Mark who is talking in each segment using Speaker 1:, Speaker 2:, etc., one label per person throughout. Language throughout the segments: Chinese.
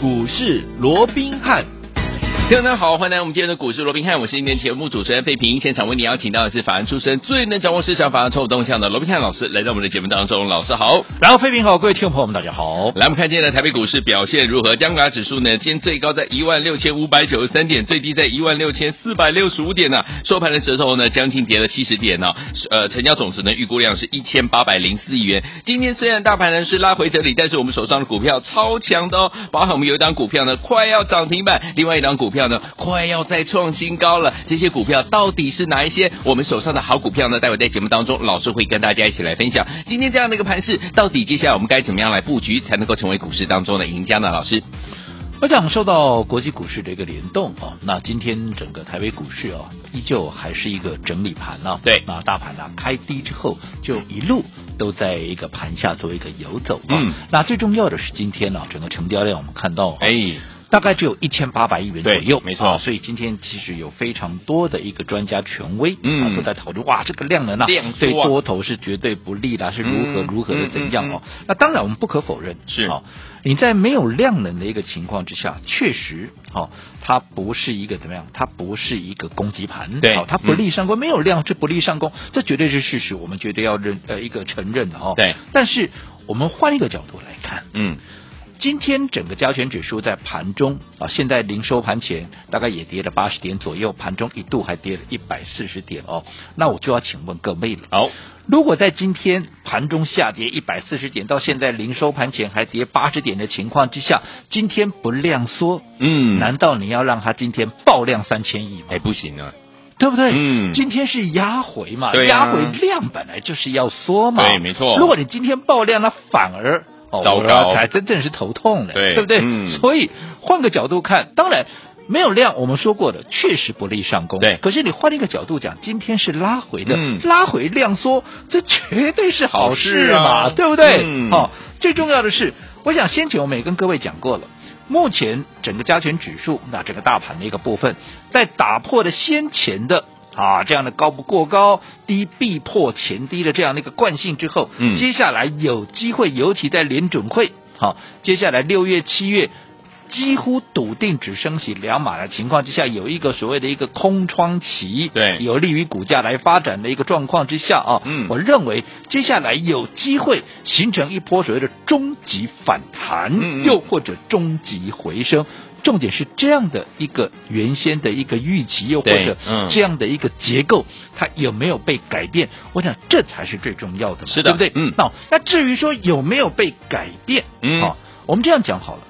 Speaker 1: 股市罗宾汉。
Speaker 2: 听众朋友好，欢迎来我们今天的股市罗宾汉，我是今天节目主持人费平。现场为你邀请到的是法案出身、最能掌握市场法案错误动向的罗宾汉老师，来到我们的节目当中。老师好，
Speaker 1: 然后，飞平好，各位听众朋友们，大家好。
Speaker 2: 来我们看今天的台北股市表现如何？加权指数呢，今天最高在16,593点，最低在16,465点呢、收盘的时候呢，将近跌了70点呢、呃，成交总值呢，预估量是1,804亿元。今天虽然大盘呢是拉回整理，但是我们手上的股票超强的哦，包含我们有一档股票呢快要涨停板，另外一档股票呢快要再创新高了。这些股票到底是哪一些？我们手上的好股票呢？待会在节目当中，老师会跟大家一起来分享。今天这样的一个盘势，到底接下来我们该怎么样来布局，才能够成为股市当中的赢家呢？老师，
Speaker 1: 我想受到国际股市的一个联动啊，那今天整个台北股市啊，依旧还是一个整理盘啊。
Speaker 2: 对
Speaker 1: 那大盘啊开低之后就一路都在一个盘下做一个游走啊。
Speaker 2: 嗯
Speaker 1: 那最重要的是今天呢、整个成交量我们看到、啊，
Speaker 2: 哎，
Speaker 1: 大概只有一千八百亿元左
Speaker 2: 对
Speaker 1: 右，
Speaker 2: 没错
Speaker 1: 啊所以今天其实有非常多的一个专家权威，
Speaker 2: 嗯
Speaker 1: 啊都在讨论，哇，这个量能啊，
Speaker 2: 量缩啊
Speaker 1: 对多头是绝对不利的，是如何
Speaker 2: 嗯
Speaker 1: 如何的
Speaker 2: 嗯
Speaker 1: 怎样
Speaker 2: 嗯
Speaker 1: 哦。那当然，我们不可否认，
Speaker 2: 是
Speaker 1: 啊，你在没有量能的一个情况之下，确实，哦，它不是一个怎么样，它不是一个攻击盘，
Speaker 2: 对
Speaker 1: 哦它不
Speaker 2: 嗯
Speaker 1: 利上攻，没有量是不利上攻，这绝对是事实，我们绝对要认呃一个承认的哦。
Speaker 2: 对，
Speaker 1: 但是我们换一个角度来看，
Speaker 2: 嗯，
Speaker 1: 今天整个加权指数在盘中啊，现在临收盘前大概也跌了八十点左右，盘中一度还跌了一百四十点哦。那我就要请问各位了，
Speaker 2: 好，
Speaker 1: 如果在今天盘中下跌一百四十点，到现在临收盘前还跌八十点的情况之下，今天不量缩，
Speaker 2: 嗯，
Speaker 1: 难道你要让它今天爆量三千亿吗？
Speaker 2: 哎，不行啊，
Speaker 1: 对不对？
Speaker 2: 嗯
Speaker 1: 今天是压回嘛，
Speaker 2: 对啊
Speaker 1: 压回量本来就是要缩嘛，
Speaker 2: 对没错
Speaker 1: 如果你今天爆量，那反而。哦
Speaker 2: 糟糕
Speaker 1: 才真正是头痛的，
Speaker 2: 对
Speaker 1: 不对？
Speaker 2: 嗯
Speaker 1: 所以换个角度看，当然没有量，我们说过的确实不利上攻。
Speaker 2: 对
Speaker 1: 可是你换一个角度讲，今天是拉回的，
Speaker 2: 嗯
Speaker 1: 拉回量缩，这绝对是好事
Speaker 2: 好
Speaker 1: 嘛，
Speaker 2: 事啊
Speaker 1: 对不对？
Speaker 2: 嗯
Speaker 1: 好、哦最重要的是，我想先前我们也跟各位讲过了，目前整个加权指数，那整个大盘的一个部分，在打破了先前的。啊，这样的高不过高，低必破前低的这样的一个惯性之后，
Speaker 2: 嗯
Speaker 1: 接下来有机会，尤其在联准会，好、接下来六月、七月几乎笃定只升息两码的情况之下，有一个所谓的一个空窗期，
Speaker 2: 对
Speaker 1: 有利于股价来发展的一个状况之下啊，
Speaker 2: 嗯
Speaker 1: 我认为接下来有机会形成一波所谓的终极反弹，
Speaker 2: 嗯嗯
Speaker 1: 又或者终极回升。重点是这样的一个原先的一个预期，又或
Speaker 2: 对
Speaker 1: 者
Speaker 2: 嗯
Speaker 1: 这样的一个结构，它有没有被改变？我想这才是最重要的嘛，
Speaker 2: 是的
Speaker 1: 对不对？
Speaker 2: 嗯
Speaker 1: 那那至于说有没有被改变，
Speaker 2: 嗯
Speaker 1: 好，我们这样讲好了。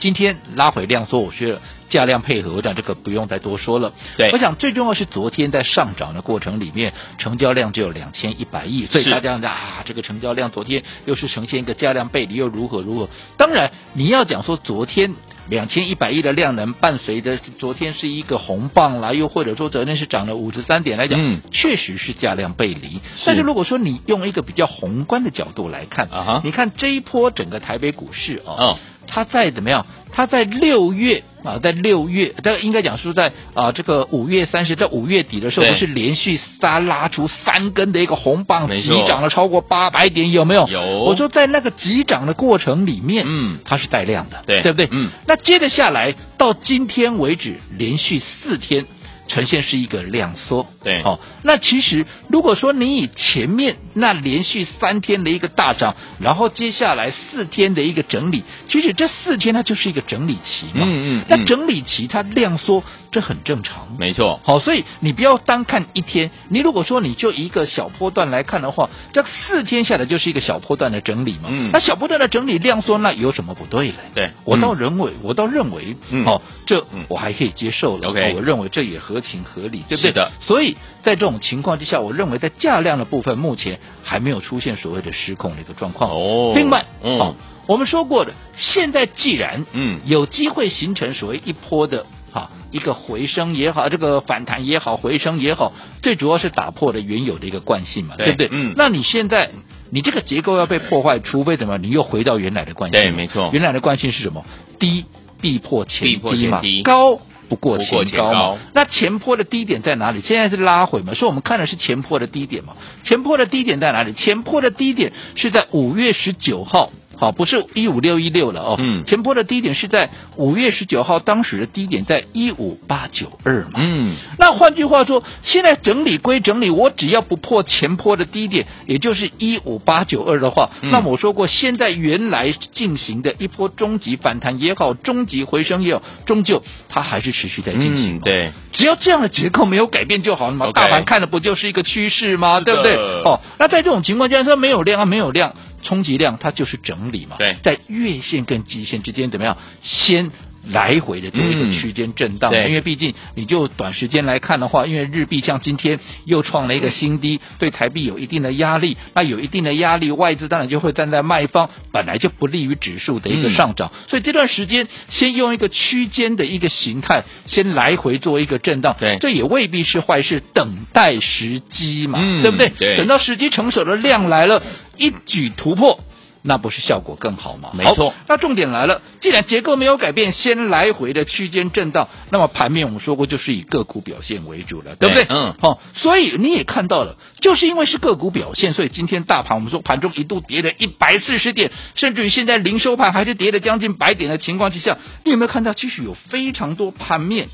Speaker 1: 今天拉回量缩，我觉得价量配合，我讲这个不用再多说了。
Speaker 2: 对
Speaker 1: 我想最重要是昨天在上涨的过程里面，成交量就有两千一百亿，所以
Speaker 2: 是
Speaker 1: 大家讲啊，这个成交量昨天又是呈现一个价量背离，又如何如何？当然你要讲说昨天。两千一百亿的量能伴随着昨天是一个红棒啦，又或者说昨天是涨了五十三点来讲，
Speaker 2: 嗯
Speaker 1: 确实是价量背离。
Speaker 2: 是
Speaker 1: 但是如果说你用一个比较宏观的角度来看，
Speaker 2: 啊哈
Speaker 1: 你看这一波整个台北股市哦，
Speaker 2: 哦
Speaker 1: 它在怎么样？它在六月啊，在六月，这应该讲说在啊这个五月三十，在五月底的时候，
Speaker 2: 对
Speaker 1: 不是连续三拉出三根的一个红棒，
Speaker 2: 没
Speaker 1: 急
Speaker 2: 错
Speaker 1: 涨了超过八百点，有没有？
Speaker 2: 有
Speaker 1: 我说在那个急涨的过程里面，
Speaker 2: 嗯
Speaker 1: 它是带量的，
Speaker 2: 对
Speaker 1: 对不对？
Speaker 2: 嗯。
Speaker 1: 那接着下来到今天为止，连续四天呈现是一个量缩，
Speaker 2: 对
Speaker 1: 好、那其实如果说你以前面那连续三天的一个大涨，然后接下来四天的一个整理，其实这四天它就是一个整理期嘛，
Speaker 2: 嗯嗯嗯
Speaker 1: 那整理期它量缩，这很正常，
Speaker 2: 没错，
Speaker 1: 好，所以你不要单看一天，你如果说你就一个小波段来看的话，这四天下来就是一个小波段的整理嘛。
Speaker 2: 嗯
Speaker 1: 那小波段的整理量缩，那有什么不对嘞？
Speaker 2: 对
Speaker 1: 我倒
Speaker 2: 嗯
Speaker 1: 认为，我倒认为，
Speaker 2: 嗯
Speaker 1: 哦，这
Speaker 2: 嗯
Speaker 1: 我还可以接受了。
Speaker 2: OK
Speaker 1: 哦我认为这也合情合理，对不对？
Speaker 2: 是的。
Speaker 1: 所以在这种情况之下，我认为在价量的部分，目前还没有出现所谓的失控的一个状况。
Speaker 2: 哦
Speaker 1: 另外，
Speaker 2: 嗯
Speaker 1: 哦，我们说过的，现在既然
Speaker 2: 嗯
Speaker 1: 有机会形成所谓一波的哈、一个回升也好，这个反弹也好，回升也好，最主要是打破了原有的一个惯性嘛，
Speaker 2: 对
Speaker 1: 不对？
Speaker 2: 嗯
Speaker 1: 那你现在你这个结构要被破坏，除非怎么样，你又回到原来的惯性嘛。
Speaker 2: 对没错
Speaker 1: 原来的惯性是什么？低必破前
Speaker 2: 必破
Speaker 1: 低嘛，
Speaker 2: 前低
Speaker 1: 高。不过
Speaker 2: 不过
Speaker 1: 前
Speaker 2: 前
Speaker 1: 高嘛
Speaker 2: 高
Speaker 1: 那前坡的低点在哪里？现在是拉回嘛，所以我们看的是前坡的低点嘛。前坡的低点在哪里？前坡的低点是在五月十九号。好，不是一五六一六了哦，
Speaker 2: 嗯
Speaker 1: 前波的低点是在五月十九号，当时的低点在一五八九二嘛，
Speaker 2: 嗯，
Speaker 1: 那换句话说，现在整理归整理，我只要不破前坡的低点，也就是一五八九二的话，
Speaker 2: 嗯
Speaker 1: 那么我说过，现在原来进行的一波终极反弹也好，终极回升也好，终究它还是持续哎在进行。
Speaker 2: 嗯，对，
Speaker 1: 只要这样的结构没有改变就好了嘛。
Speaker 2: OK
Speaker 1: 大盘看的不就是一个趋势吗？
Speaker 2: 是的
Speaker 1: 对不对？哦，那在这种情况下，说没有量啊，没有量，冲击量它就是整理嘛。
Speaker 2: 对
Speaker 1: 在月线跟季线之间怎么样？先。来回的做一个
Speaker 2: 嗯
Speaker 1: 区间震荡，
Speaker 2: 对
Speaker 1: 因为毕竟你就短时间来看的话，因为日币像今天又创了一个新低，对台币有一定的压力，那有一定的压力，外资当然就会站在卖方，本来就不利于指数的一个
Speaker 2: 嗯
Speaker 1: 上。上涨，所以这段时间先用一个区间的一个形态，先来回做一个震荡，
Speaker 2: 对
Speaker 1: 这也未必是坏事，等待时机嘛，
Speaker 2: 嗯
Speaker 1: 对不对？
Speaker 2: 对
Speaker 1: 等到时机成熟的量来了，一举突破。那不是效果更好吗？
Speaker 2: 没错
Speaker 1: 好。那重点来了，既然结构没有改变，先来回的区间震荡，那么盘面我们说过就是以个股表现为主了，对不对？
Speaker 2: 对嗯
Speaker 1: 好、所以你也看到了，就是因为是个股表现，所以今天大盘我们说盘中一度跌了一百四十点，甚至于现在零收盘还是跌了将近百点的情况之下，你有没有看到，其实有非常多盘面。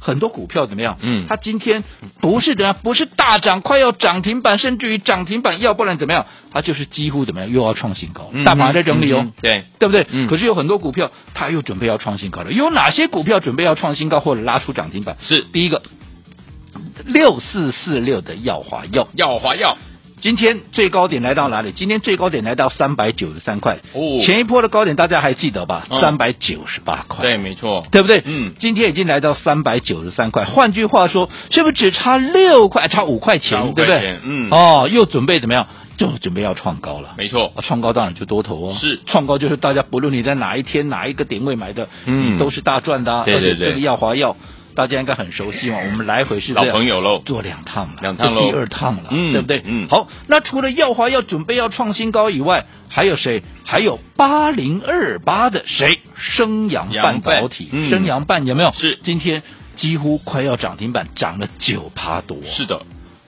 Speaker 1: 很多股票怎么样？
Speaker 2: 嗯
Speaker 1: 它今天不是怎么样，不是大涨，快要涨停板，甚至于涨停板，要不然怎么样？它就是几乎怎么样，又要创新高。
Speaker 2: 嗯
Speaker 1: 大盘还在整理哦，
Speaker 2: 嗯对，
Speaker 1: 对不对？
Speaker 2: 嗯
Speaker 1: 可是有很多股票，它又准备要创新高了。有哪些股票准备要创新高或者拉出涨停板？
Speaker 2: 是
Speaker 1: 第一个，六四四六的耀华药，
Speaker 2: 耀华耀，
Speaker 1: 今天最高点来到哪里？今天最高点来到三百九十三块。
Speaker 2: 哦
Speaker 1: 前一波的高点大家还记得吧？
Speaker 2: 嗯
Speaker 1: 三百九十八块。
Speaker 2: 对，没错，
Speaker 1: 对不对？
Speaker 2: 嗯
Speaker 1: 今天已经来到三百九十三块，换句话说，是不是只差六块，哎差五块钱，
Speaker 2: 差五
Speaker 1: 对
Speaker 2: 块
Speaker 1: 不对
Speaker 2: 钱？嗯
Speaker 1: 哦，又准备怎么样？就准备要创高了。
Speaker 2: 没错，
Speaker 1: 啊创高当然就多头哦，
Speaker 2: 是
Speaker 1: 创高就是大家不论你在哪一天哪一个点位买的，
Speaker 2: 嗯
Speaker 1: 你都是大赚的、啊。
Speaker 2: 对对
Speaker 1: 而且
Speaker 2: 对哎
Speaker 1: 这个耀华药大家应该很熟悉嘛，我们来回是这
Speaker 2: 老
Speaker 1: 样
Speaker 2: 朋友喽，
Speaker 1: 做两趟了，
Speaker 2: 两趟
Speaker 1: 这
Speaker 2: 喽
Speaker 1: 第二趟了，
Speaker 2: 嗯
Speaker 1: 对不对？
Speaker 2: 嗯
Speaker 1: 好，那除了耀华要准备要创新高以外，还有谁？还有八零二八的谁？升阳半导体
Speaker 2: 阳，半嗯
Speaker 1: 升阳半有没有？
Speaker 2: 是
Speaker 1: 今天几乎快要涨停板，涨了九趴多。
Speaker 2: 是的，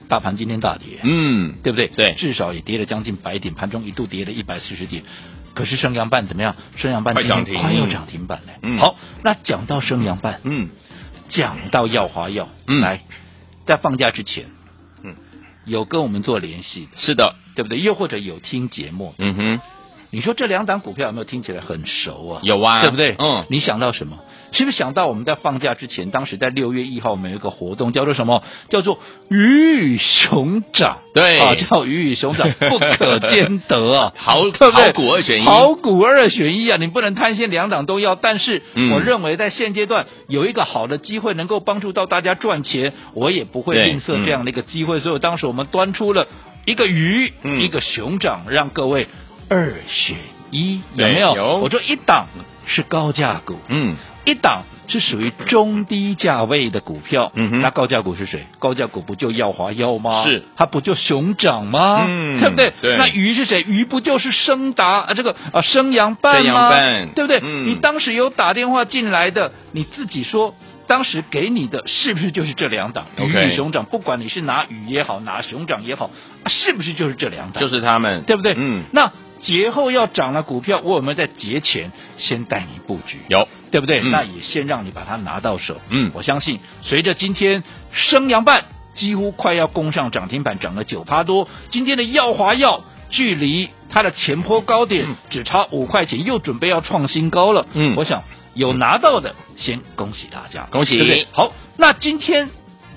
Speaker 1: 大盘今天大跌，
Speaker 2: 嗯，
Speaker 1: 对不对？
Speaker 2: 对
Speaker 1: 至少也跌了将近百点，盘中一度跌了一百四十点。可是升阳半怎么样？升阳半
Speaker 2: 快
Speaker 1: 今天
Speaker 2: 涨停
Speaker 1: 快要涨停板了。
Speaker 2: 嗯
Speaker 1: 好，那讲到升阳半，
Speaker 2: 嗯，
Speaker 1: 讲到耀华药，
Speaker 2: 嗯
Speaker 1: 来，在放假之前，
Speaker 2: 嗯，
Speaker 1: 有跟我们做联系的，
Speaker 2: 是的，
Speaker 1: 对不对？又或者有听节目，
Speaker 2: 嗯哼，
Speaker 1: 你说这两档股票有没有听起来很熟啊？
Speaker 2: 有啊，
Speaker 1: 对不对？
Speaker 2: 嗯，
Speaker 1: 你想到什么？是不是想到我们在放假之前，当时在六月一号，我们有一个活动叫做什么？叫做鱼与熊掌。
Speaker 2: 对
Speaker 1: 啊，叫鱼与熊 掌不可兼得啊。
Speaker 2: 好
Speaker 1: 对不对
Speaker 2: 好股二选一
Speaker 1: 好股二选一啊！你不能贪心两档都要，但是
Speaker 2: 嗯
Speaker 1: 我认为在现阶段有一个好的机会能够帮助到大家赚钱，我也不会
Speaker 2: 对
Speaker 1: 吝啬这样的一个机会。所以当时我们端出了一个鱼，
Speaker 2: 嗯
Speaker 1: 一个熊掌，让各位二选一，有
Speaker 2: 对
Speaker 1: 没有？
Speaker 2: 有
Speaker 1: 我说一档是高价股，
Speaker 2: 嗯，
Speaker 1: 一档是属于中低价位的股票，
Speaker 2: 嗯哼
Speaker 1: 那高价股是谁？高价股不就耀华药吗？
Speaker 2: 是，
Speaker 1: 它不就熊掌吗？
Speaker 2: 嗯
Speaker 1: 对不对？
Speaker 2: 对
Speaker 1: 那鱼是谁？鱼不就是升达啊这个啊升阳半
Speaker 2: 升
Speaker 1: 吗？
Speaker 2: 阳半
Speaker 1: 对不对？
Speaker 2: 嗯
Speaker 1: 你当时有打电话进来的，你自己说。当时给你的是不是就是这两档鱼
Speaker 2: OK
Speaker 1: 与熊掌？不管你是拿鱼也好，拿熊掌也好，啊是不是就是这两档？
Speaker 2: 就是他们，
Speaker 1: 对不对？
Speaker 2: 嗯，
Speaker 1: 那节后要涨了股票，我有没有在节前先带你布局？
Speaker 2: 有，
Speaker 1: 对不对？
Speaker 2: 嗯
Speaker 1: 那也先让你把它拿到手。
Speaker 2: 嗯
Speaker 1: 我相信随着今天升阳半几乎快要攻上涨停板，涨了九趴多，今天的耀华药距离它的前坡高点
Speaker 2: 嗯
Speaker 1: 只差五块钱，又准备要创新高了。
Speaker 2: 嗯
Speaker 1: 我想有拿到的先恭喜大家，
Speaker 2: 恭喜
Speaker 1: 对不对好，那今天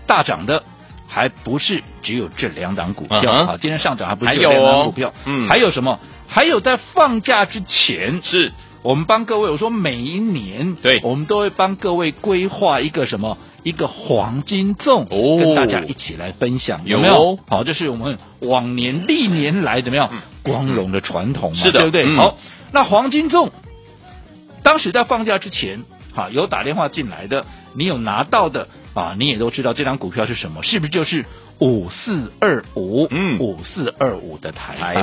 Speaker 1: 大涨的。还不是只有这两档股票、
Speaker 2: 嗯哼
Speaker 1: 啊！今天上涨还不是
Speaker 2: 还
Speaker 1: 只
Speaker 2: 有
Speaker 1: 两档
Speaker 2: 哦
Speaker 1: 股票，
Speaker 2: 嗯
Speaker 1: 还有什么？还有在放假之前，
Speaker 2: 是
Speaker 1: 我们帮各位，我说每一年，
Speaker 2: 对
Speaker 1: 我们都会帮各位规划一个什么，一个黄金粽，
Speaker 2: 哦
Speaker 1: 跟大家一起来分享，
Speaker 2: 有
Speaker 1: 没有
Speaker 2: 哦？
Speaker 1: 好，这是我们往年历年来怎么样、光荣的传统嘛，
Speaker 2: 嗯是的
Speaker 1: 对不对？
Speaker 2: 嗯
Speaker 1: 好，那黄金粽，当时在放假之前，哈、有打电话进来的，你有拿到的啊，你也都知道这张股票是什么，是不是就是五四二五，
Speaker 2: 嗯
Speaker 1: 五四二五的台
Speaker 2: 台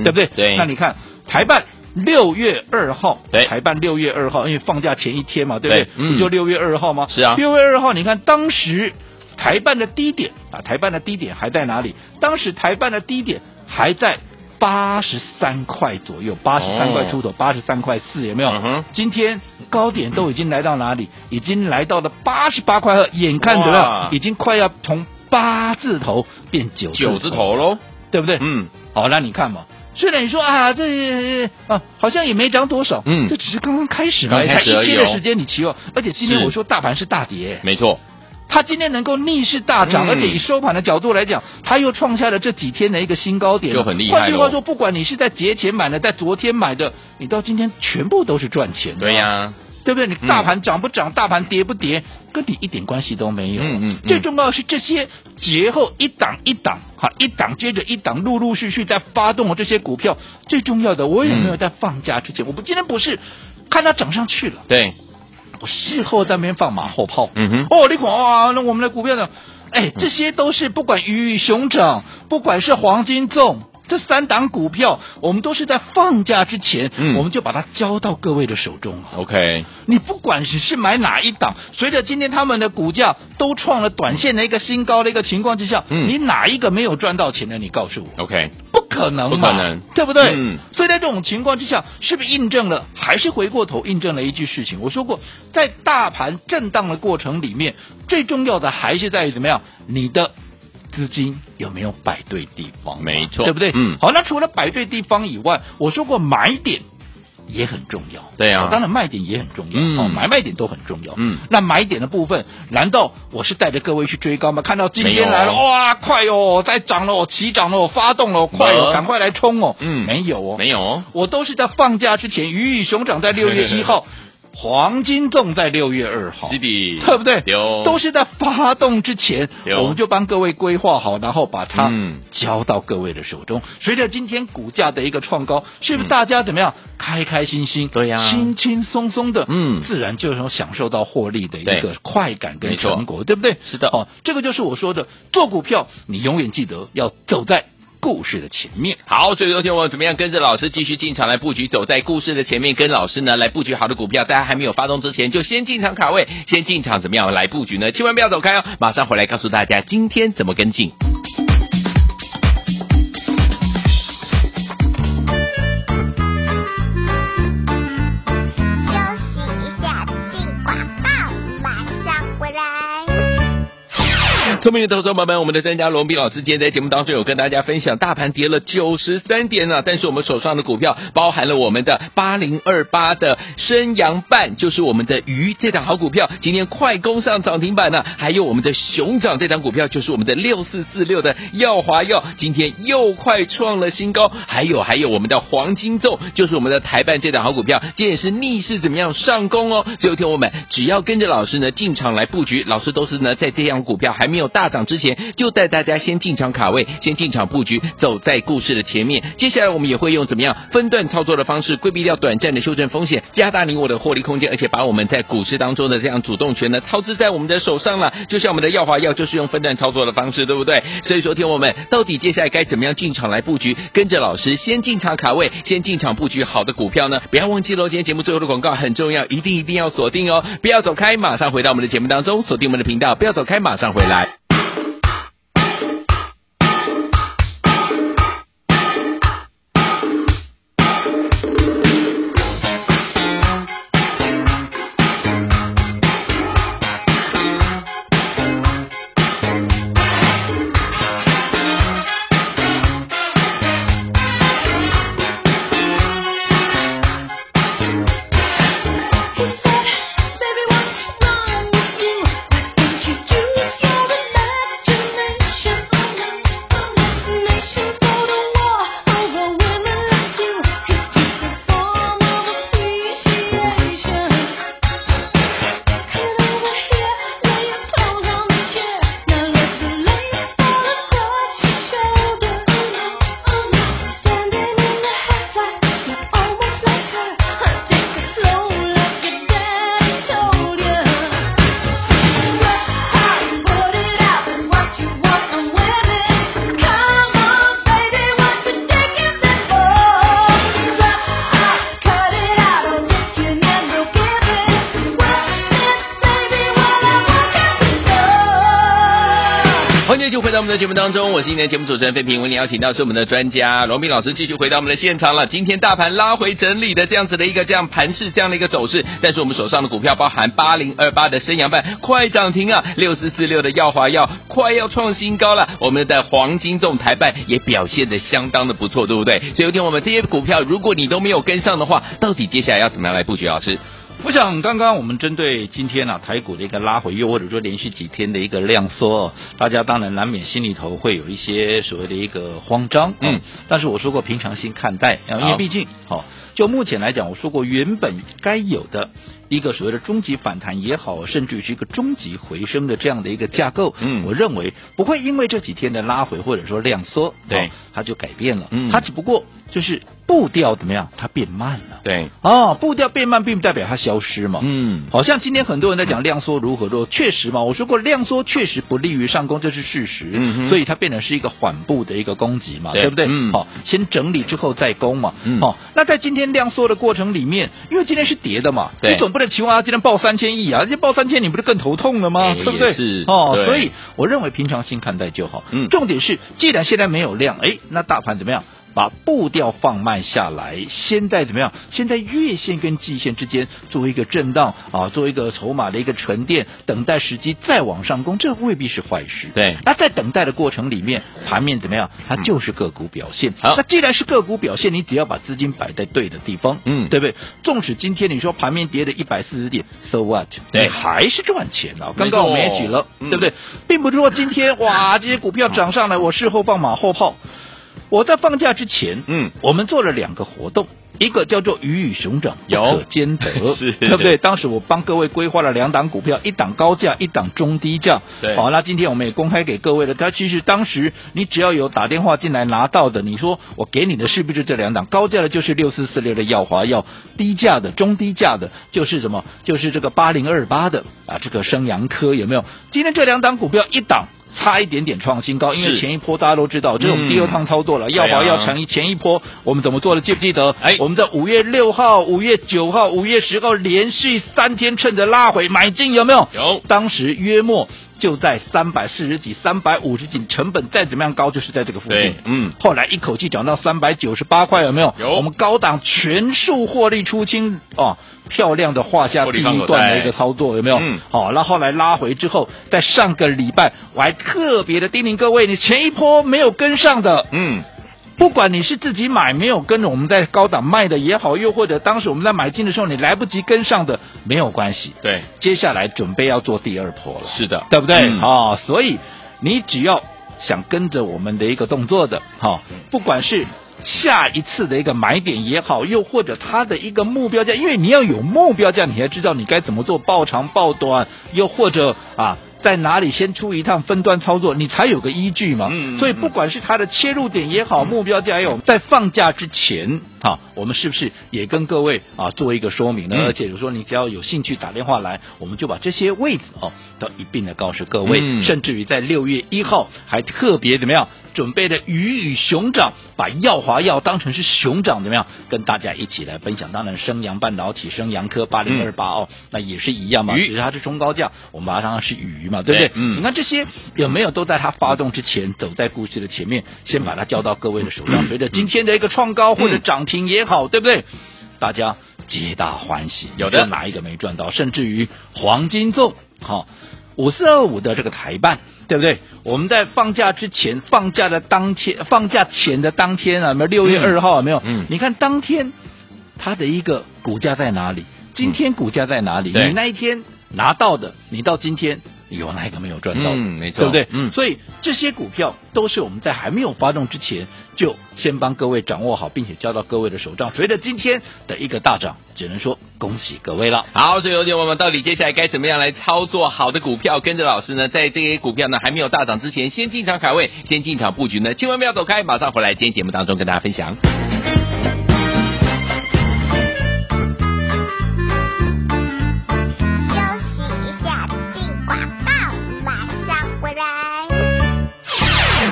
Speaker 1: 啊对不对？
Speaker 2: 对，
Speaker 1: 那你看台办六月二号，
Speaker 2: 对
Speaker 1: 台办六月二号，因为放假前一天嘛，对不对？
Speaker 2: 对嗯
Speaker 1: 不就六月二号吗？
Speaker 2: 是啊
Speaker 1: 六月二号，你看当时台办的低点啊，台办的低点还在哪里？当时台办的低点还在八十三块左右，八十三块出头，八十三块四，有没有？
Speaker 2: 哦嗯哼
Speaker 1: 今天高点都已经来到哪里？已经来到了八十八块二，眼看着
Speaker 2: 哇
Speaker 1: 要已经快要从八字头变九
Speaker 2: 九字，头喽，
Speaker 1: 对不对？
Speaker 2: 嗯，
Speaker 1: 好，那你看嘛，虽然你说啊，这啊好像也没涨多少，
Speaker 2: 嗯
Speaker 1: 这只是刚刚开始嘛，
Speaker 2: 刚开
Speaker 1: 才
Speaker 2: 始而
Speaker 1: 一
Speaker 2: 已
Speaker 1: 天
Speaker 2: 哦
Speaker 1: 的时间你期望，而且今天
Speaker 2: 是
Speaker 1: 我说大盘是大跌，
Speaker 2: 没错，
Speaker 1: 它今天能够逆势大涨，
Speaker 2: 嗯
Speaker 1: 而且以收盘的角度来讲，它又创下了这几天的一个新高点，
Speaker 2: 就很厉害咯
Speaker 1: 换句话说，不管你是在节前买的，在昨天买的，你到今天全部都是赚钱的，
Speaker 2: 对呀、
Speaker 1: 对不对？你
Speaker 2: 嗯
Speaker 1: 大盘涨不涨，大盘跌不跌，跟你一点关系都没有。
Speaker 2: 嗯嗯嗯
Speaker 1: 最重要的是这些节后一档一档，哈，一档接着一档，陆陆续续在发动的这些股票。最重要的，我有没有在放假之前？我不今天不是看它涨上去了，
Speaker 2: 对，
Speaker 1: 我事后在那边放马后炮。
Speaker 2: 嗯哼，
Speaker 1: 哦，你看哇，那我们的股票呢？哎，这些都是不管鱼与熊掌，不管是黄金粽。这三档股票，我们都是在放假之前，
Speaker 2: 嗯
Speaker 1: 我们就把它交到各位的手中啊了。
Speaker 2: OK，
Speaker 1: 你不管是是买哪一档，随着今天他们的股价都创了短线的一个新高的一个情况之下，
Speaker 2: 嗯
Speaker 1: 你哪一个没有赚到钱的？你告诉我，
Speaker 2: OK，
Speaker 1: 不可能嘛，
Speaker 2: 不可能
Speaker 1: 对不对？
Speaker 2: 嗯
Speaker 1: 所以在这种情况之下，是不是印证了？还是回过头印证了一句事情？我说过，在大盘震荡的过程里面，最重要的还是在于怎么样，你的。资金有没有摆对地方嘛？
Speaker 2: 没错
Speaker 1: 对不对？
Speaker 2: 嗯
Speaker 1: 好，那除了摆对地方以外，我说过买点也很重要。
Speaker 2: 对啊
Speaker 1: 哦当然卖点也很重要，
Speaker 2: 嗯
Speaker 1: 哦，买卖点都很重要。
Speaker 2: 嗯
Speaker 1: 那买点的部分，难道我是带着各位去追高吗？看到今
Speaker 2: 没有
Speaker 1: 天来了，哇，快哦，在涨了哦，起涨了哦，发动了哦，快
Speaker 2: 没
Speaker 1: 哦，赶快来冲哦。
Speaker 2: 嗯
Speaker 1: 没有哦，
Speaker 2: 没有哦，
Speaker 1: 我都是在放假之前，鱼与熊掌在六月一 号，黄金粽在六月二号
Speaker 2: 是。的，
Speaker 1: 对不对？
Speaker 2: 有，
Speaker 1: 都是在发动之前
Speaker 2: 对，
Speaker 1: 我们就帮各位规划好，然后把它
Speaker 2: 嗯
Speaker 1: 交到各位的手中。随着今天股价的一个创高，是不
Speaker 2: 嗯
Speaker 1: 是大家怎么样、开开心心？
Speaker 2: 对呀
Speaker 1: 轻轻松松的，
Speaker 2: 嗯
Speaker 1: 自然就能享受到获利的一
Speaker 2: 对
Speaker 1: 个快感
Speaker 2: 没
Speaker 1: 跟
Speaker 2: 错
Speaker 1: 成果，对不对？
Speaker 2: 是的
Speaker 1: 哦，这个就是我说的，做股票你永远记得要走在故事的前面。
Speaker 2: 好，所以昨天我们怎么样跟着老师继续进场来布局，走在故事的前面，跟老师呢来布局好的股票，大家还没有发动之前，就先进场卡位，先进场怎么样来布局呢？千万不要走开哦，马上回来告诉大家今天怎么跟进。
Speaker 3: 休息一下，进广告，马上回来。
Speaker 2: 聪明的投资者朋友们，我们的专家罗斌老师今天在节目当中有跟大家分享，大盘跌了九十三点呢、但是我们手上的股票包含了我们的八零二八的升阳半，就是我们的鱼这档好股票，今天快攻上涨停板呢、还有我们的熊掌这档股票，就是我们的六四四六的耀华药，今天又快创了新高，还有还有我们的黄金粽，就是我们的台办这档好股票，今天也是逆势怎么样上攻哦，所以听我们只要跟着老师呢进场来布局，老师都是呢在这样股票还没有大涨之前，就带大家先进场卡位，先进场布局，走在故事的前面。接下来我们也会用怎么样分段操作的方式，规避掉短暂的修正风险，加大你我的获利空间，而且把我们在股市当中的这样主动权呢操之在我们的手上了。就像我们的耀华药就是用分段操作的方式，对不对？所以说，听我们到底接下来该怎么样进场来布局？跟着老师先进场卡位，先进场布局好的股票呢？不要忘记喽，今天节目最后的广告很重要，一定一定要锁定哦！不要走开，马上回到我们的节目当中，锁定我们的频道，不要走开，马上回来。
Speaker 4: He said, Baby, what's wrong with you? Why don't you use your imagination?
Speaker 2: 继续回到我们的节目当中，我是今天的节目主持人费平，为您邀请到是我们的专家罗斌老师，继续回到我们的现场了。今天大盘拉回整理的这样子的一个这样盘势这样的一个走势，但是我们手上的股票包含八零二八的升阳半快涨停啊，六四四六的耀华药快要创新高了，我们的黄金重台办也表现的相当的不错，对不对？所以有天我们这些股票，如果你都没有跟上的话，到底接下来要怎么样来布局？老师，
Speaker 1: 我想刚刚我们针对今天啊台股的一个拉回，又或者说连续几天的一个量缩哦，大家当然难免心里头会有一些所谓的一个慌张，
Speaker 2: 嗯，
Speaker 1: 但是我说过平常心看待，啊因为
Speaker 2: 好
Speaker 1: 毕竟，哦，就目前来讲，我说过原本该有的一个所谓的终极反弹也好，甚至于是一个终极回升的这样的一个架构，
Speaker 2: 嗯
Speaker 1: 我认为不会因为这几天的拉回或者说量缩，
Speaker 2: 对
Speaker 1: 哦它就改变了，
Speaker 2: 嗯
Speaker 1: 它只不过就是步调怎么样，它变慢了，
Speaker 2: 对，
Speaker 1: 哦，步调变慢并不代表它消失嘛。
Speaker 2: 嗯，
Speaker 1: 好像今天很多人在讲量缩如何弱，确实嘛，我说过量缩确实不利于上攻，这是事实，
Speaker 2: 嗯哼
Speaker 1: 所以它变成是一个缓步的一个攻击嘛，
Speaker 2: 对
Speaker 1: 对不对？
Speaker 2: 嗯
Speaker 1: 好、先整理之后再攻嘛，
Speaker 2: 嗯
Speaker 1: 好、那在今天量缩的过程里面，因为今天是跌的嘛，
Speaker 2: 对
Speaker 1: 你总不能期望它今天爆三千亿啊，今天爆三千你不是更头痛了吗？
Speaker 2: 哎
Speaker 1: 对不对？
Speaker 2: 也是
Speaker 1: 哦
Speaker 2: 对，
Speaker 1: 所以我认为平常心看待就好，
Speaker 2: 嗯
Speaker 1: 重点是既然现在没有量，哎，那大盘怎么样？把步调放慢下来，现在怎么样？现在月线跟季线之间做一个震荡啊，做一个筹码的一个沉淀，等待时机再往上攻，这未必是坏事。
Speaker 2: 对
Speaker 1: 那在等待的过程里面，盘面怎么样？它就是个股表现。
Speaker 2: 嗯好
Speaker 1: 那既然是个股表现，你只要把资金摆在对的地方，
Speaker 2: 嗯
Speaker 1: 对不对？纵使今天你说盘面跌了一百四十点，so what？
Speaker 2: 对
Speaker 1: 你还是赚钱的、刚
Speaker 2: 没错
Speaker 1: 刚我们也举了，
Speaker 2: 嗯
Speaker 1: 对不对？并不是说今天哇这些股票涨上来，我事后放马后炮。我在放假之前，
Speaker 2: 嗯，
Speaker 1: 我们做了两个活动，一个叫做鱼与熊掌不
Speaker 2: 有，
Speaker 1: 可兼得
Speaker 2: 是
Speaker 1: 对不对？当时我帮各位规划了两档股票，一档高价，一档中低价。
Speaker 2: 对
Speaker 1: 好，那今天我们也公开给各位了。它其实当时你只要有打电话进来拿到的，你说我给你的是不是这两档？高价的就是六四四六的耀华药，低价的、中低价的，就是什么？就是这个八零二八的啊，这个升阳科有没有？今天这两档股票一档。差一点点创新高，因为
Speaker 2: 是
Speaker 1: 前一波大家都知道，这是我们第二趟操作了，
Speaker 2: 嗯
Speaker 1: 耀华
Speaker 2: 对啊
Speaker 1: 药乘以前一波我们怎么做的，记不记得？
Speaker 2: 哎
Speaker 1: 我们在五月六号、五月九号、五月十号连续三天趁着拉回买进，有没有？
Speaker 2: 有
Speaker 1: 当时约莫就在三百四十几、三百五十几，成本再怎么样高，就是在这个附
Speaker 2: 对
Speaker 1: 近。
Speaker 2: 嗯
Speaker 1: 后来一口气涨到三百九十八块，有没有？
Speaker 2: 有
Speaker 1: 我们高档全数获利出清哦，漂亮的画下
Speaker 2: 获利
Speaker 1: 第
Speaker 2: 放
Speaker 1: 一
Speaker 2: 口
Speaker 1: 段
Speaker 2: 袋
Speaker 1: 的一个操作，有没有？
Speaker 2: 嗯
Speaker 1: 好、那后来拉回之后，在上个礼拜我还特别的叮咛各位，你前一波没有跟上的，
Speaker 2: 嗯，
Speaker 1: 不管你是自己买没有跟着我们在高档卖的也好，又或者当时我们在买进的时候你来不及跟上的，没有关系，
Speaker 2: 对，
Speaker 1: 接下来准备要做第二波了，
Speaker 2: 是的，
Speaker 1: 对不对？
Speaker 2: 嗯
Speaker 1: 哦，所以你只要想跟着我们的一个动作的，哈、
Speaker 2: 嗯
Speaker 1: 不管是。下一次的一个买点也好，又或者它的一个目标价，因为你要有目标价，你才知道你该怎么做报长报短，又或者啊在哪里先出一趟分段操作，你才有个依据嘛。
Speaker 2: 嗯嗯
Speaker 1: 所以不管是它的切入点也好，目标价也好，在放假之前啊，我们是不是也跟各位啊做一个说明呢？
Speaker 2: 嗯
Speaker 1: 而且有时候你只要有兴趣打电话来，我们就把这些位置哦都一并的告诉各位，
Speaker 2: 嗯
Speaker 1: 甚至于在六月一号还特别怎么样？准备的鱼与熊掌，把耀华药当成是熊掌，怎么样？跟大家一起来分享。当然，升阳半导体、升阳科八零二八哦，那也是一样嘛，
Speaker 2: 鱼
Speaker 1: 只是它是中高价，我们马上是鱼嘛，对不对？
Speaker 2: 对嗯
Speaker 1: 你看这些有没有都在它发动之前，走在故事的前面，先把它交到各位的手
Speaker 2: 嗯
Speaker 1: 上？随着今天的一个创高或者涨停也好，对不对？大家皆大欢喜，
Speaker 2: 有的
Speaker 1: 你说哪一个没赚到？甚至于黄金粽，好、五四二五的这个台办，对不对？我们在放假之前，放假的当天，放假前的当天啊，有没有六月
Speaker 2: 嗯
Speaker 1: 二号、有没有？
Speaker 2: 嗯
Speaker 1: 你看当天它的一个股价在哪里？今天股价在哪里？
Speaker 2: 嗯对
Speaker 1: 你那一天拿到的，你到今天有哪一个没有赚到的？
Speaker 2: 嗯没错
Speaker 1: 对不对？
Speaker 2: 嗯
Speaker 1: 所以这些股票都是我们在还没有发动之前，就先帮各位掌握好，并且交到各位的手上。随着今天的一个大涨，只能说恭喜各位了。
Speaker 2: 好，所以有点我们到底接下来该怎么样来操作好的股票？跟着老师呢，在这些股票呢还没有大涨之前，先进场卡位，先进场布局呢，千万不要走开，马上回来，今天节目当中跟大家分享。
Speaker 3: 休息一下，进广告，马上回来。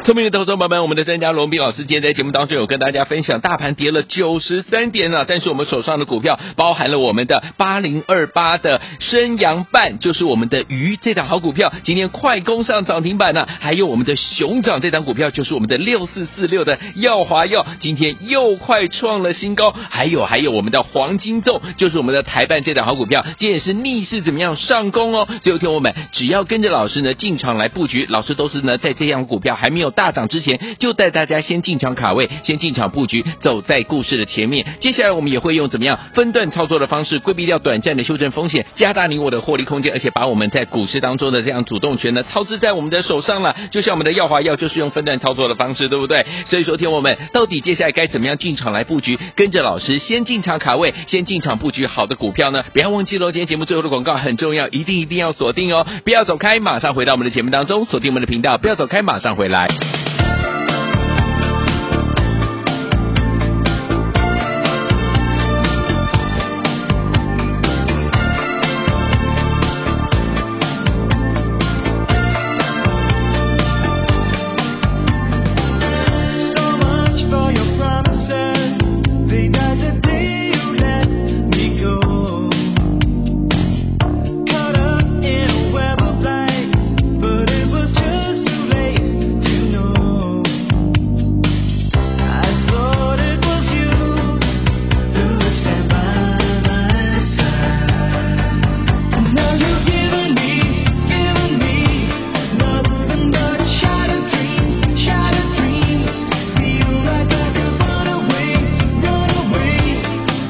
Speaker 2: 聪明的投资者朋友们，我们的专家罗斌老师今天在节目当中有跟大家分享，大盘跌了九十三点了，但是我们手上的股票包含了我们的八零二八的升阳半，就是我们的鱼这档好股票，今天快攻上涨停板了、还有我们的熊掌这档股票，就是我们的六四四六的耀华药，今天又快创了新高，还有还有我们的黄金粽，就是我们的台办这档好股票，今天也是逆势怎么样上攻哦，所以听我们只要跟着老师呢进场来布局，老师都是呢在这样股票还没有大涨之前，就带大家先进场卡位，先进场布局，走在故事的前面。接下来我们也会用怎么样分段操作的方式，规避掉短暂的修正风险，加大你我的获利空间，而且把我们在股市当中的这样主动权呢操之在我们的手上了。就像我们的耀华药啊就是用分段操作的方式，对不对？所以说，听我们到底接下来该怎么样进场来布局？跟着老师先进场卡位，先进场布局好的股票呢？不要忘记喽，今天节目最后的广告很重要，一定一定要锁定哦！不要走开，马上回到我们的节目当中，锁定我们的频道，不要走开，马上回来。
Speaker 4: So much for your promises. Think that the day you let me go, caught up in a web of lies, but it was just too late to know. I thought it was you who would stand by my side, and now you've given me, given me nothing but shattered dreams, shattered dreams. Feel like I could run away, run away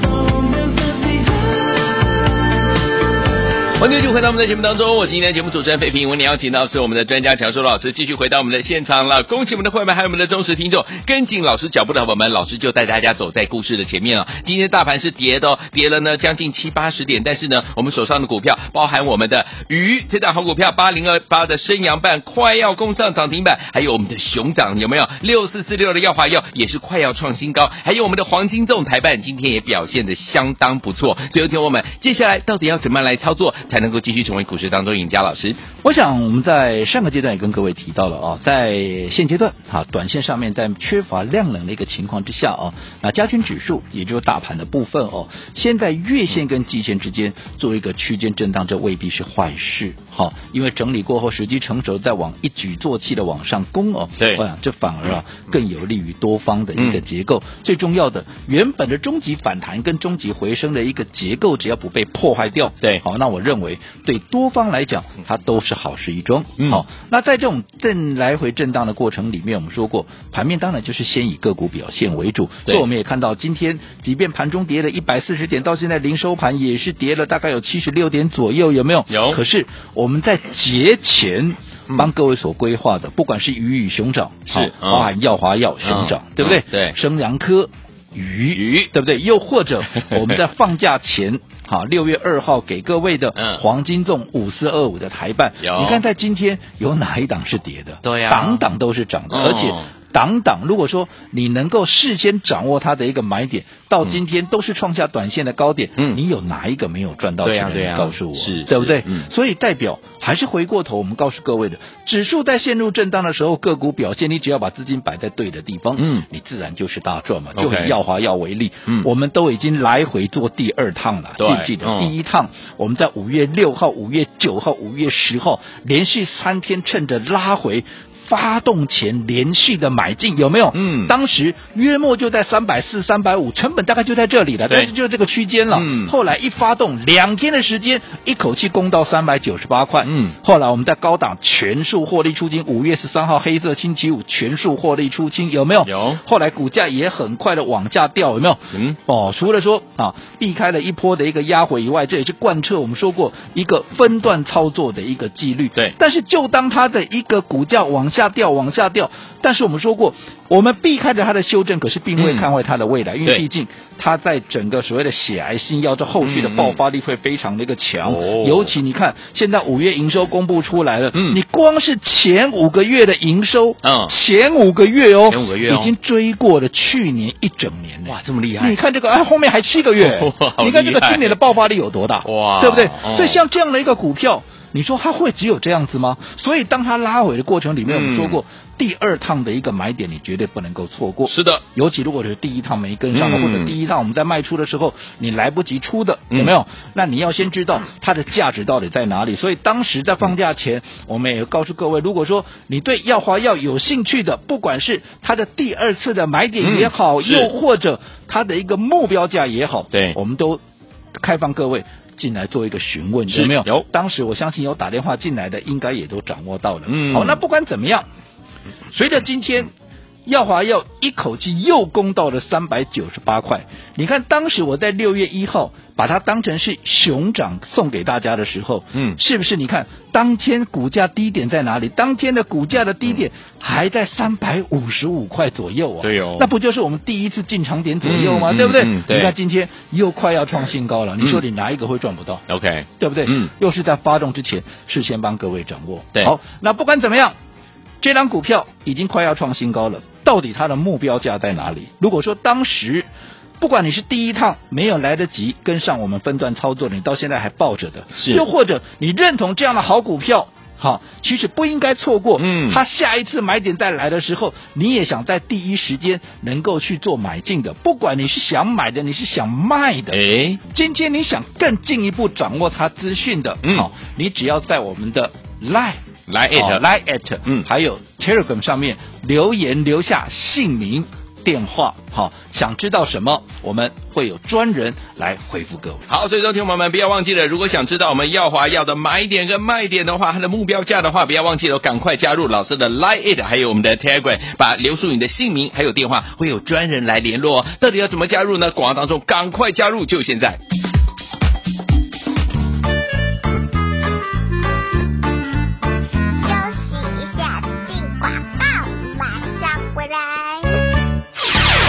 Speaker 4: from this empty house.
Speaker 2: 欢迎继续回到我们的节目当中，我是今天的节目主持人费平。我们邀请到是我们的专家乔叔老师，继续回到我们的现场了。恭喜我们的会员，还有我们的忠实听众，跟紧老师脚步的伙伴们，老师就带大家走在故事的前面哦。今天大盘是跌的、哦，跌了呢将近七八十点，但是呢，我们手上的股票，包含我们的鱼这档好股票八零二八的升阳半快要攻上涨停板，还有我们的熊掌有没有六四四六的耀华药也是快要创新高，还有我们的黄金重台办今天也表现的相当不错。所以，听我们接下来到底要怎么样来操作，才能够继续成为股市当中赢家？老师，
Speaker 1: 我想我们在上个阶段也跟各位提到了啊，在现阶段啊，短线上面在缺乏量能的一个情况之下啊，那加权指数也就是大盘的部分哦，先在月线跟季线之间做一个区间震荡，这未必是坏事哈、好因为整理过后时机成熟，再往一举作气的往上攻哦，
Speaker 2: 对
Speaker 1: 我想这反而啊更有利于多方的一个结构。最重要的，原本的终极反弹跟终极回升的一个结构，只要不被破坏掉，
Speaker 2: 对
Speaker 1: 好，那我认为对多方来讲，它都是好事一桩。
Speaker 2: 嗯
Speaker 1: 好，那在这种震来回震荡的过程里面，我们说过，盘面当然就是先以个股表现为主。
Speaker 2: 对
Speaker 1: 所以我们也看到，今天即便盘中跌了一百四十点，到现在零收盘也是跌了大概有七十六点左右，有没有？
Speaker 2: 有嗯
Speaker 1: 可是我们在节前帮各位所规划的，不管是鱼与熊掌，
Speaker 2: 是
Speaker 1: 好
Speaker 2: 嗯
Speaker 1: 包含耀华药、熊掌
Speaker 2: 嗯，
Speaker 1: 对不对
Speaker 2: 嗯？对
Speaker 1: 生阳科。鱼
Speaker 2: 鱼
Speaker 1: 对不对？又或 者我们在放假前，好六月二号给各位的
Speaker 2: 嗯
Speaker 1: 黄金粽五四二五的台办，
Speaker 2: 有
Speaker 1: 你看在今天有哪一档是跌的？
Speaker 2: 对呀
Speaker 1: 档档都是涨的，
Speaker 2: 哦
Speaker 1: 而且。档档，如果说你能够事先掌握它的一个买点，到今天都是创下短线的高点，
Speaker 2: 嗯
Speaker 1: 你有哪一个没有赚到？
Speaker 2: 对呀
Speaker 1: 请
Speaker 2: 对
Speaker 1: 你
Speaker 2: 呀
Speaker 1: 告诉我，
Speaker 2: 是
Speaker 1: 对不
Speaker 2: 是
Speaker 1: 对？
Speaker 2: 嗯
Speaker 1: 所以代表还是回过头，我们告诉各位的，指数在陷入震荡的时候，个股表现，你只要把资金摆在对的地方，
Speaker 2: 嗯
Speaker 1: 你自然就是大赚嘛。
Speaker 2: OK
Speaker 1: 就以耀华耀为例，
Speaker 2: 嗯
Speaker 1: 我们都已经来回做第二趟了，记
Speaker 2: 对
Speaker 1: 不记得？
Speaker 2: 嗯
Speaker 1: 第一趟我们在五月六号、五月九号、五月十号连续三天，趁着拉回。发动前连续的买进有没有？
Speaker 2: 嗯
Speaker 1: 当时约莫就在三百四、三百五，成本大概就在这里了，
Speaker 2: 对
Speaker 1: 但是就这个区间了。
Speaker 2: 嗯
Speaker 1: 后来一发动，两天的时间，一口气攻到三百九十八块。
Speaker 2: 嗯
Speaker 1: 后来我们在高档全数获利出清，五月十三号黑色星期五全数获利出清，有没有？
Speaker 2: 有
Speaker 1: 后来股价也很快的往下掉，有没有？
Speaker 2: 嗯，
Speaker 1: 哦，除了说啊避开了一波的一个压回以外，这也是贯彻我们说过一个分段操作的一个纪律。
Speaker 2: 对
Speaker 1: 但是就当它的一个股价往下掉，往下掉，但是我们说过，我们避开了它的修正，可是并未
Speaker 2: 嗯
Speaker 1: 看坏它的未来，因
Speaker 2: 对
Speaker 1: 为毕竟它在整个所谓的血癌新药这后续的
Speaker 2: 嗯嗯
Speaker 1: 爆发力会非常的一个强，
Speaker 2: 哦
Speaker 1: 尤其你看现在五月营收公布出来了，
Speaker 2: 嗯
Speaker 1: 你光是前五个月的营收，
Speaker 2: 嗯
Speaker 1: 前五个月哦，
Speaker 2: 前五个月哦
Speaker 1: 已经追过了去年一整年了。
Speaker 2: 哇，这么厉
Speaker 1: 你
Speaker 2: 害，
Speaker 1: 看这个，哎，后面还七个月
Speaker 2: 哇好，
Speaker 1: 你看这个
Speaker 2: 厉害
Speaker 1: 今年的爆发力有多大？
Speaker 2: 哇
Speaker 1: 对不对
Speaker 2: 哦？
Speaker 1: 所以像这样的一个股票，你说它会只有这样子吗？所以当它拉回的过程里面，
Speaker 2: 嗯
Speaker 1: 我们说过，第二趟的一个买点，你绝对不能够错过。
Speaker 2: 是的，
Speaker 1: 尤其如果是第一趟没跟上的，
Speaker 2: 嗯
Speaker 1: 或者第一趟我们在卖出的时候你来不及出的，
Speaker 2: 嗯
Speaker 1: 有没有？那你要先知道它的价值到底在哪里。所以当时在放假
Speaker 2: 嗯
Speaker 1: 前，我们也告诉各位，如果说你对耀华药有兴趣的，不管是它的第二次的买点也好，
Speaker 2: 嗯是
Speaker 1: 又或者它的一个目标价也好，
Speaker 2: 对
Speaker 1: 我们都开放各位。进来做一个询问，
Speaker 2: 是
Speaker 1: 有没有？
Speaker 2: 有。
Speaker 1: 当时我相信有打电话进来的，应该也都掌握到了。
Speaker 2: 嗯
Speaker 1: 好，那不管怎么样，随着今天耀华药一口气又攻到了三百九十八块，你看当时我在六月一号把它当成是熊掌送给大家的时候，
Speaker 2: 嗯
Speaker 1: 是不是？你看当天股价低点在哪里？当天的股价的低点还在三百五十五块左右啊，
Speaker 2: 对哦
Speaker 1: 那不就是我们第一次进场点左右吗？
Speaker 2: 嗯
Speaker 1: 对不对？
Speaker 2: 嗯嗯对
Speaker 1: 你看今天又快要创新高了，你说
Speaker 2: 嗯
Speaker 1: 你哪一个会赚不到？
Speaker 2: ，OK，
Speaker 1: 对不对？
Speaker 2: 嗯，
Speaker 1: 又是在发动之前事先帮各位掌握。
Speaker 2: 对
Speaker 1: 好，那不管怎么样，这张股票已经快要创新高了，到底它的目标价在哪里？如果说当时。不管你是第一趟没有来得及跟上我们分段操作，你到现在还抱着的，
Speaker 2: 是
Speaker 1: 又或者你认同这样的好股票，好，其实不应该错过。
Speaker 2: 嗯
Speaker 1: 它下一次买点再来的时候，你也想在第一时间能够去做买进的，不管你是想买的，你是想卖的，
Speaker 2: 哎，
Speaker 1: 今天你想更进一步掌握它资讯的，
Speaker 2: 嗯
Speaker 1: 好，你只要在我们的 Line。
Speaker 2: 来 it，
Speaker 1: 好 Line at，
Speaker 2: 嗯
Speaker 1: 还有 Telegram 上面留言留下姓名、电话，好，想知道什么，我们会有专人来回复各位。
Speaker 2: 好，所以说，听众朋友们不要忘记了，如果想知道我们耀华药的买点跟卖点的话，它的目标价的话，不要忘记了，赶快加入老师的 Line It，还有我们的 Telegram，把留出你的姓名还有电话，会有专人来联络哦。到底要怎么加入呢？广告当中赶快加入，就现在。
Speaker 3: 休息一下，进广告，马上回来。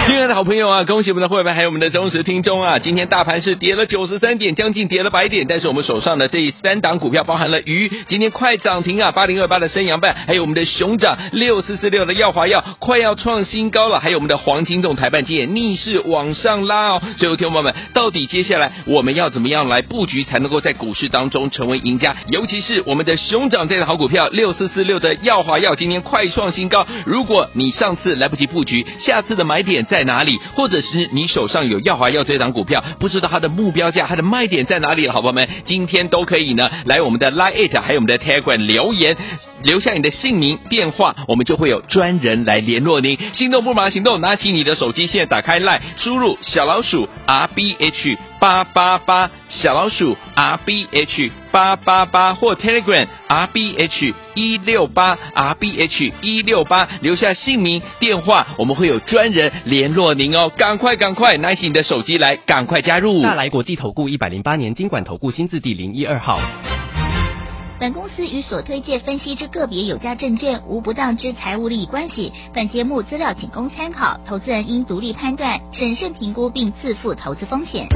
Speaker 2: 亲爱的好朋友啊，恭喜我们的会员还有我们的忠实听众啊！今天大盘是跌了九十三点，将近跌了百点，但是我们手上的这三档股票包含了鱼，今天快涨停啊，八零二八的升阳半，还有我们的熊掌六四四六的耀华药快要创新高了，还有我们的黄金总台半今也逆势往上拉哦。所以，听众朋友们，到底接下来我们要怎么样来布局才能够在股市当中成为赢家？尤其是我们的熊掌这样的好股票六四四六的耀华药，今天快创新高。如果你上次来不及布局，下次的买点在哪里？或者是你手上有耀华药这档股票，不知道它的目标价、它的卖点在哪里了，好朋友们，今天都可以呢，来我们的 Line It，还有我们的 Telegram 留言，留下你的姓名、电话，我们就会有专人来联络您。心动不马上行动，拿起你的手机，现在打开 Line，输入小老鼠 R B H 八八八，小老鼠 R B H。八八八或 Telegram R B H 一六八 R B H 一六八，留下姓名、电话，我们会有专人联络您哦。赶快赶快，拿起你的手机来，赶快加入。
Speaker 5: 大来国际投顾一百零八年经管投顾新字第零一二号。
Speaker 6: 本公司与所推介分析之个别有价证券无不当之财务利益关系。本节目资料仅供参考，投资人应独立判断、审慎评估并自负投资风险。